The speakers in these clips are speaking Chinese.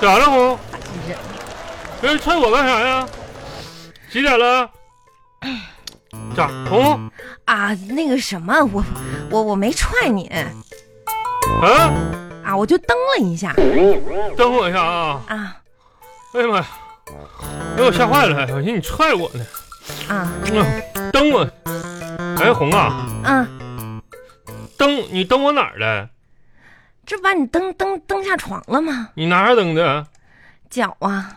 咋了红？有人踹我干啥呀？几点了？咋红？啊，那个什么，我我我没踹你啊？啊，我就蹬了一下等我一下啊！啊哎呀妈呀！给我吓坏了，还我寻思你踹我呢。啊嗯，蹬我！哎，红啊，啊！蹬你蹬我哪儿了？这把你蹬蹬蹬下床了吗？你拿啥蹬的？脚啊！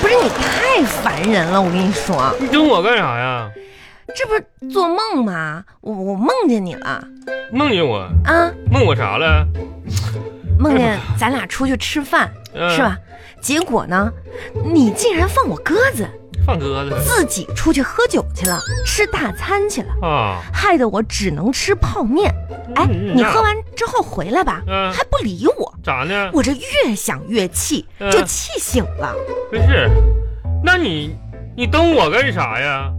不是你太烦人了，我跟你说，你蹬我干啥呀？这不是做梦吗？我我梦见你了梦见我，啊！梦我啥了？梦见咱俩出去吃饭嗯是吧？结果呢，你竟然放我鸽子，放鸽子自己出去喝酒去了，吃大餐去了。啊？害得我只能吃泡面。哎，嗯你那喝完之后回来吧，嗯还不理我，咋呢？我这越想越气，嗯就气醒了。不是，那你你蹬我干啥呀？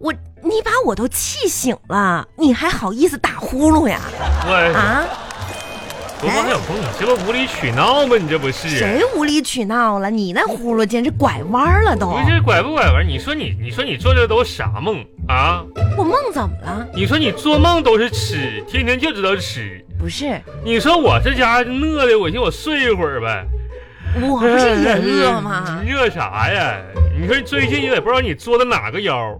我，你把我都气醒了，你还好意思打呼噜呀？我啊，我刚才有朋友，这不无理取闹吗？你这不是？哎啊谁无理取闹了？你那呼噜简直拐弯了都不。是拐不拐弯？你说你你说你做这都啥梦啊？我梦怎么了？你说你做梦都是吃，天天就知道吃。不是，你说我这家饿的，我寻思我睡一会儿呗。我不嗯是也饿吗你？饿啥呀？你说最近也不知道你作的哪个妖，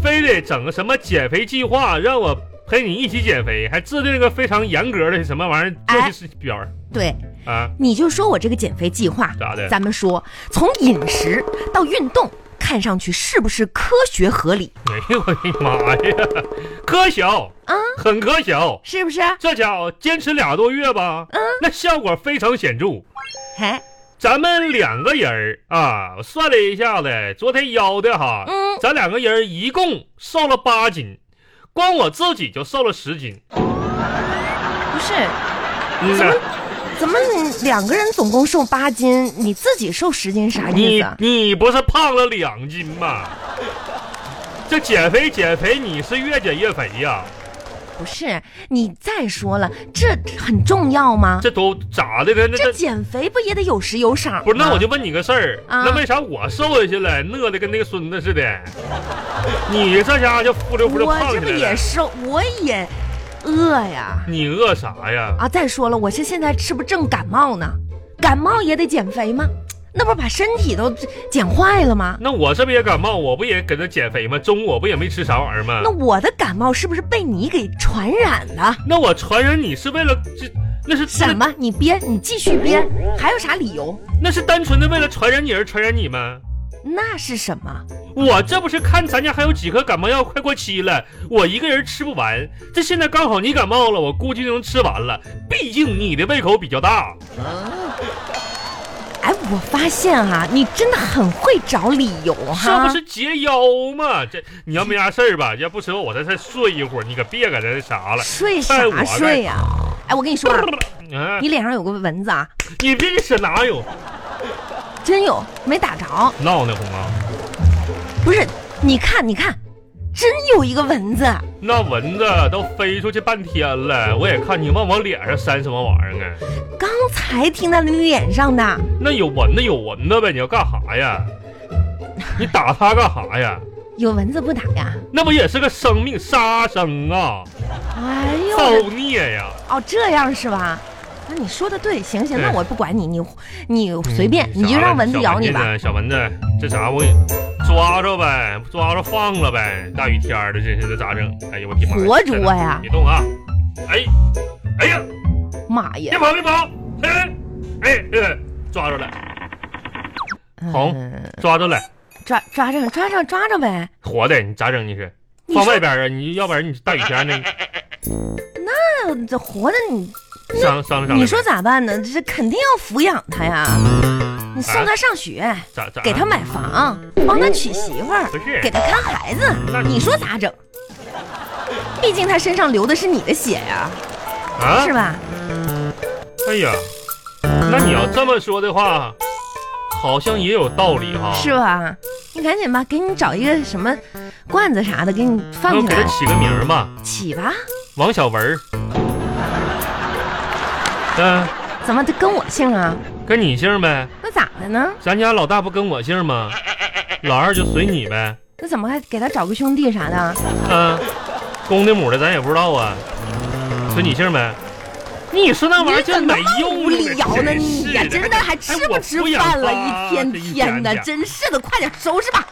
非得整个什么减肥计划，让我陪你一起减肥，还制定了个非常严格的什么玩意儿作息表儿对，啊？你就说我这个减肥计划咋的咱们说从饮食到运动，看上去是不是科学合理？哎呦我的妈呀，科学啊，很科学。是不是？这家伙坚持俩多月吧，嗯那效果非常显著。哎，咱们两个人儿啊，我算了一下子，昨天腰的哈，嗯咱两个人儿一共瘦了八斤，光我自己就瘦了十斤。不是，嗯怎么呐怎么你两个人总共瘦八斤，你自己瘦十斤，啥意你思啊？你不是胖了两斤吗？这减肥减肥，你是越减越肥呀、不是，你再说了，这很重要吗？这都咋的呢？那这这减肥不也得有时有赏吗？不是？那我就问你个事儿，啊那为啥我瘦下去了，饿的跟那个孙子似的？你这家伙就呼溜呼溜我胖这不起来也了。瘦，我也饿呀你饿啥呀？啊！再说了，我是现在是不是正感冒呢？感冒也得减肥吗？那不是把身体都减坏了吗？那我这不也感冒，我不也搁那减肥吗？中午我不也没吃啥玩意儿吗那？我的感冒是不是被你给传染的？那我传染你是为了这，那是什？么？你编，你继续编，还有啥理由？那是单纯的为了传染你而传染你吗？那是什么？我这不是看咱家还有几颗感冒药快过期了，我一个人吃不完。这现在刚好你感冒了，我估计能吃完了。毕竟你的胃口比较大，哎，我发现哈、你真的很会找理由这哈。不是截腰吗？这你要没啥事儿吧？ 要不吃我再再睡一会儿，你可别搁这啥了。睡哎我啥干睡呀、哎，我跟你说啊，啊，你脸上有个蚊子啊，你别是哪有真有，没打着。闹呢，红啊？不是，你看，你看，真有一个蚊子。那蚊子都飞出去半天了，我也看你往我脸上扇什么玩意儿啊？刚才听到你脸上的，那有蚊子有蚊子呗，你要干啥呀？你打它干啥呀？有蚊子不打呀？那不也是个生命杀生啊，哎呦造我的，孽呀！哦，这样是吧？那你说的对，行行，对那我不管你，你你随便，你就让蚊子咬你吧。嗯小蚊子，这啥我也抓着呗，抓着放了呗。大雨天儿的，真是这咋整？哎呀，我的妈呀！活捉呀别动啊！哎，哎呀！妈别呀！跑，别跑！哎，哎， 哎抓着了，红嗯，抓着了，抓抓着抓着抓着呗。活的，你咋整？你是你放说外边啊？你要不然你大雨天 那那这活的你商商量商量。你说咋办呢？这肯定要抚养他呀，你送他上学，咋哎咋？给他买房，帮他娶媳妇儿不，是给他看孩子那，你说咋整？毕竟他身上流的是你的血呀，啊是？吧？哎呀，那你要这么说的话，好像也有道理哈。是吧？你赶紧吧，给你找一个什么罐子啥的，给你那放我起给他来，起个名儿吧，起吧。王小文儿。嗯、怎么这跟我姓啊？跟你姓呗，那咋的呢？咱家老大不跟我姓吗？老二就随你呗。那怎么还给他找个兄弟啥的？嗯，公的母的咱也不知道啊，随你姓呗。你说那玩意儿你就怎么没那么用无理由呢？你呀，哎呀，真的还吃不吃饭了？一天天的，真。真是的，快点收拾吧。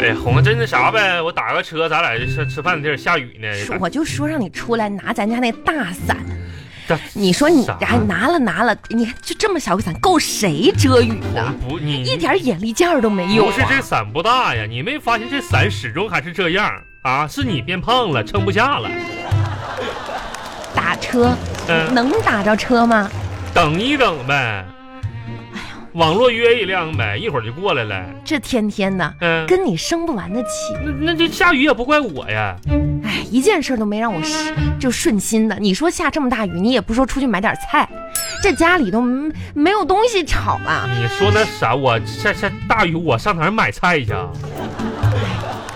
哎呀，红真那啥呗，我打个车，咱俩就吃吃饭的地儿，下雨呢。说我就说让你出来拿咱家那大伞，但你说你啥还拿了拿了，你看就这么小个伞，够谁遮雨我的？不，你一点眼力劲儿都没有不啊。是这伞不大呀？你没发现这伞始终还是这样啊？是你变胖了，撑不下了。打车嗯，能打着车吗？等一等呗。网络约一辆呗，一会儿就过来了。这天天的，嗯，跟你生不完的气。那那这下雨也不怪我呀。哎，一件事儿都没让我是就顺心的。你说下这么大雨，你也不说出去买点菜，这家里都没没有东西炒啊了。你说那啥，我下下大雨，我上哪儿买菜去啊？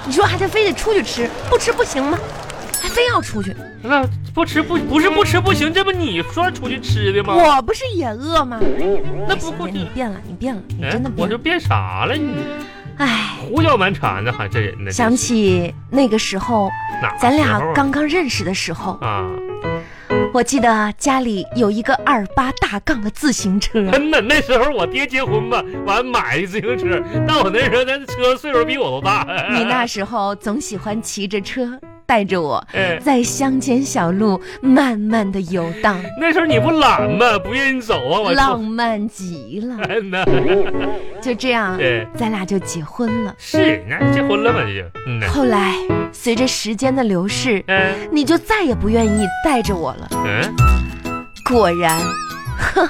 你说还得非得出去吃，不吃不行吗？还非要出去，那不吃不不是不吃不行，这不你说出去吃的吗？我不是也饿吗？那哎不行过了你变了，你变了，你哎真的我变就了。变啥了？你哎，胡搅蛮缠的，还这人呢？想起那个时候，哪个咱时候俩啊刚刚认识的时候，啊，我记得家里有一个二八大杠的自行车。 真的那时候我爹结婚吧，完买的自行车，但我那时候那车岁数比我都大。你那时候总喜欢骑着车带着我， 哎，在乡间小路慢慢的游荡，那时候你不懒吗？不愿意走啊， 我浪漫 极了。真的。就这样，哎，咱俩就结婚了。是，那结婚了嘛这就，嗯呢，后来，随着时间的流逝，嗯你就再也不愿意带着我了。嗯果然， 哼，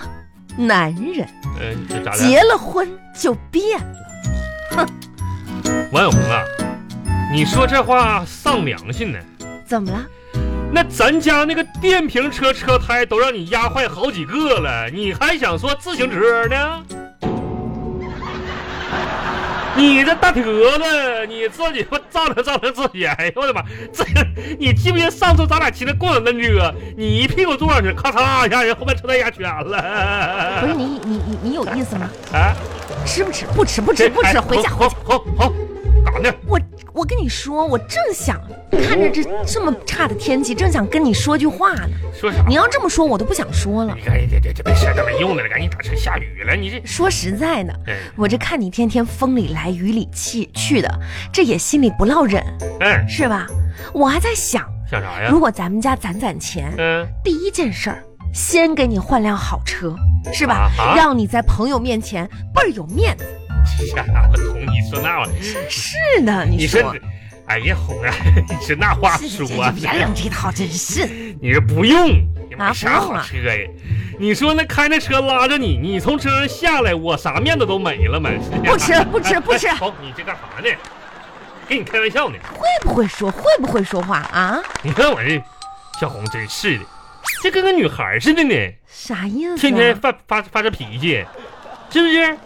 男人嗯，这咋的？结了婚就变。王小红啊，你说这话丧良心呢？怎么了？那咱家那个电瓶车车胎都让你压坏好几个了，你还想说自行车呢？你这大蹄子，你自己不造成造成自己，哎呦我的妈！这你记不记得上次咱俩骑那共享单车，你一屁股坐上去，咔嚓一下，人后面车胎压全不是了。你你你你有意思吗？哎，吃不吃？不吃不吃不吃，回家回好家。好好，咋的？我我跟你说，我正想看着这这么差的天气，正想跟你说句话呢。说啥？你要这么说，我都不想说了你。看这这这没事，都没用的了，赶紧打车，下雨了，你这。说实在的，哎我这看你天天风里来雨里去去的，这也心里不落忍，嗯，是吧？我还在想，想啥哎呀如？果咱们家攒攒钱，嗯。第一件事儿先给你换辆好车，是吧？啊哈让你在朋友面前倍儿有面子。呀，我同你说那玩意儿，是呢，你你说说。你，哎呀，红啊，你说那话是说是的是，别整这套，真是的。你说不用，也没啊不啥用好啊车呀。你说那开那车拉着你，你从车上下来，我啥面子都没了嘛。不吃不吃不吃哎红，你这干啥呢？跟你开玩笑呢？会不会说？会不会说话啊？你看我这小红真是的，这跟个女孩似的呢，啥意思、啊？天天发发发这脾气，是不是？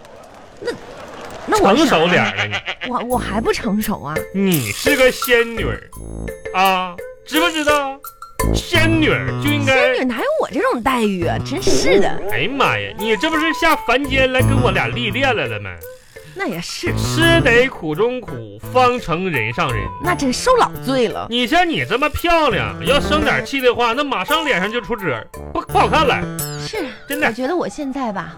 那我成是啥熟点呀儿了你。我我还不成熟啊？你是个仙女儿啊，知不知道？仙女儿就应该仙女。哪有我这种待遇啊？真是的，哎呀妈呀，你这不是下凡间来跟我俩历练来了吗？那也是，吃得苦中苦，方成人上人。那真受老罪了。你像你这么漂亮，要生点气的话，那马上脸上就出褶儿，不不好看了。是，啊真的我觉得我现在吧，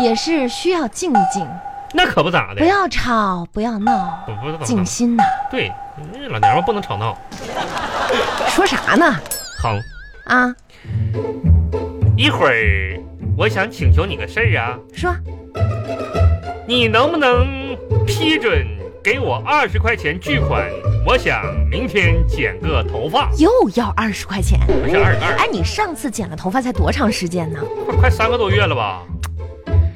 也是需要静一静，那可不咋的不。要吵，不要闹，不不不静不，心呐。对，那老娘们不能吵闹。说啥呢？好，啊，一会儿我想请求你个事儿啊。说你能不能批准给我二十块钱巨款？我想明天剪个头发，又要二十块钱。不是二十二，哎，你上次剪了头发才多长时间呢？快快三个多月了吧？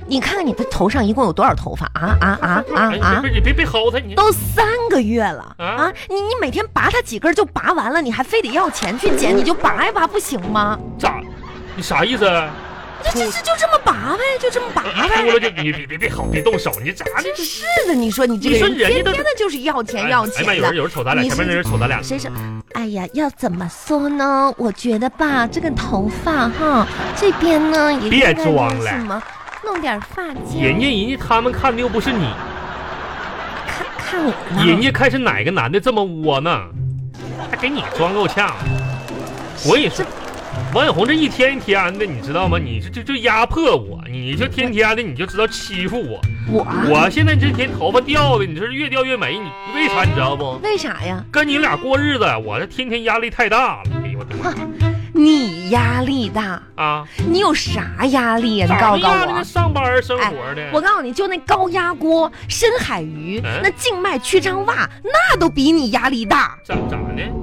你看看你的头上一共有多少头发啊啊啊啊哎，啊！别别别别薅他，你都三个月了啊啊！你你每天拔它几根就拔完了，你还非得要钱去剪，你就拔一拔不行吗？咋？你啥意思？啊这这这就这么拔呗，就这么拔呗。哭了就你别别别好，别动手，你咋的？真啊是的，你说你这个你说人人家天都天的就是要钱要哎妈，钱有人的。有人瞅咱俩，你前面那人瞅咱俩，谁说？哎呀，要怎么说呢？我觉得吧，这个头发哈，这边呢也别应该装弄了什么，弄点发人胶。家人家他们看的又不是你，看看我呢， 人家看是哪个男的这么窝囊，还给你装够呛。我跟你说，王小红这一天一天的，你知道吗？你就就就压迫我，你就天天的你就知道欺负我。我啊我现在这天头发掉的，你这是越掉越没，你为啥你知道不？为啥呀？跟你俩过日子，我这天天压力太大了。哎呦我的妈你压力大，啊！你有啥压力呀？啊你咋的告诉呀？这告诉我哎个。上班生活的，我告诉你，就那高压锅、深海鱼、嗯那静脉曲张袜，那都比你压力大。咋咋的？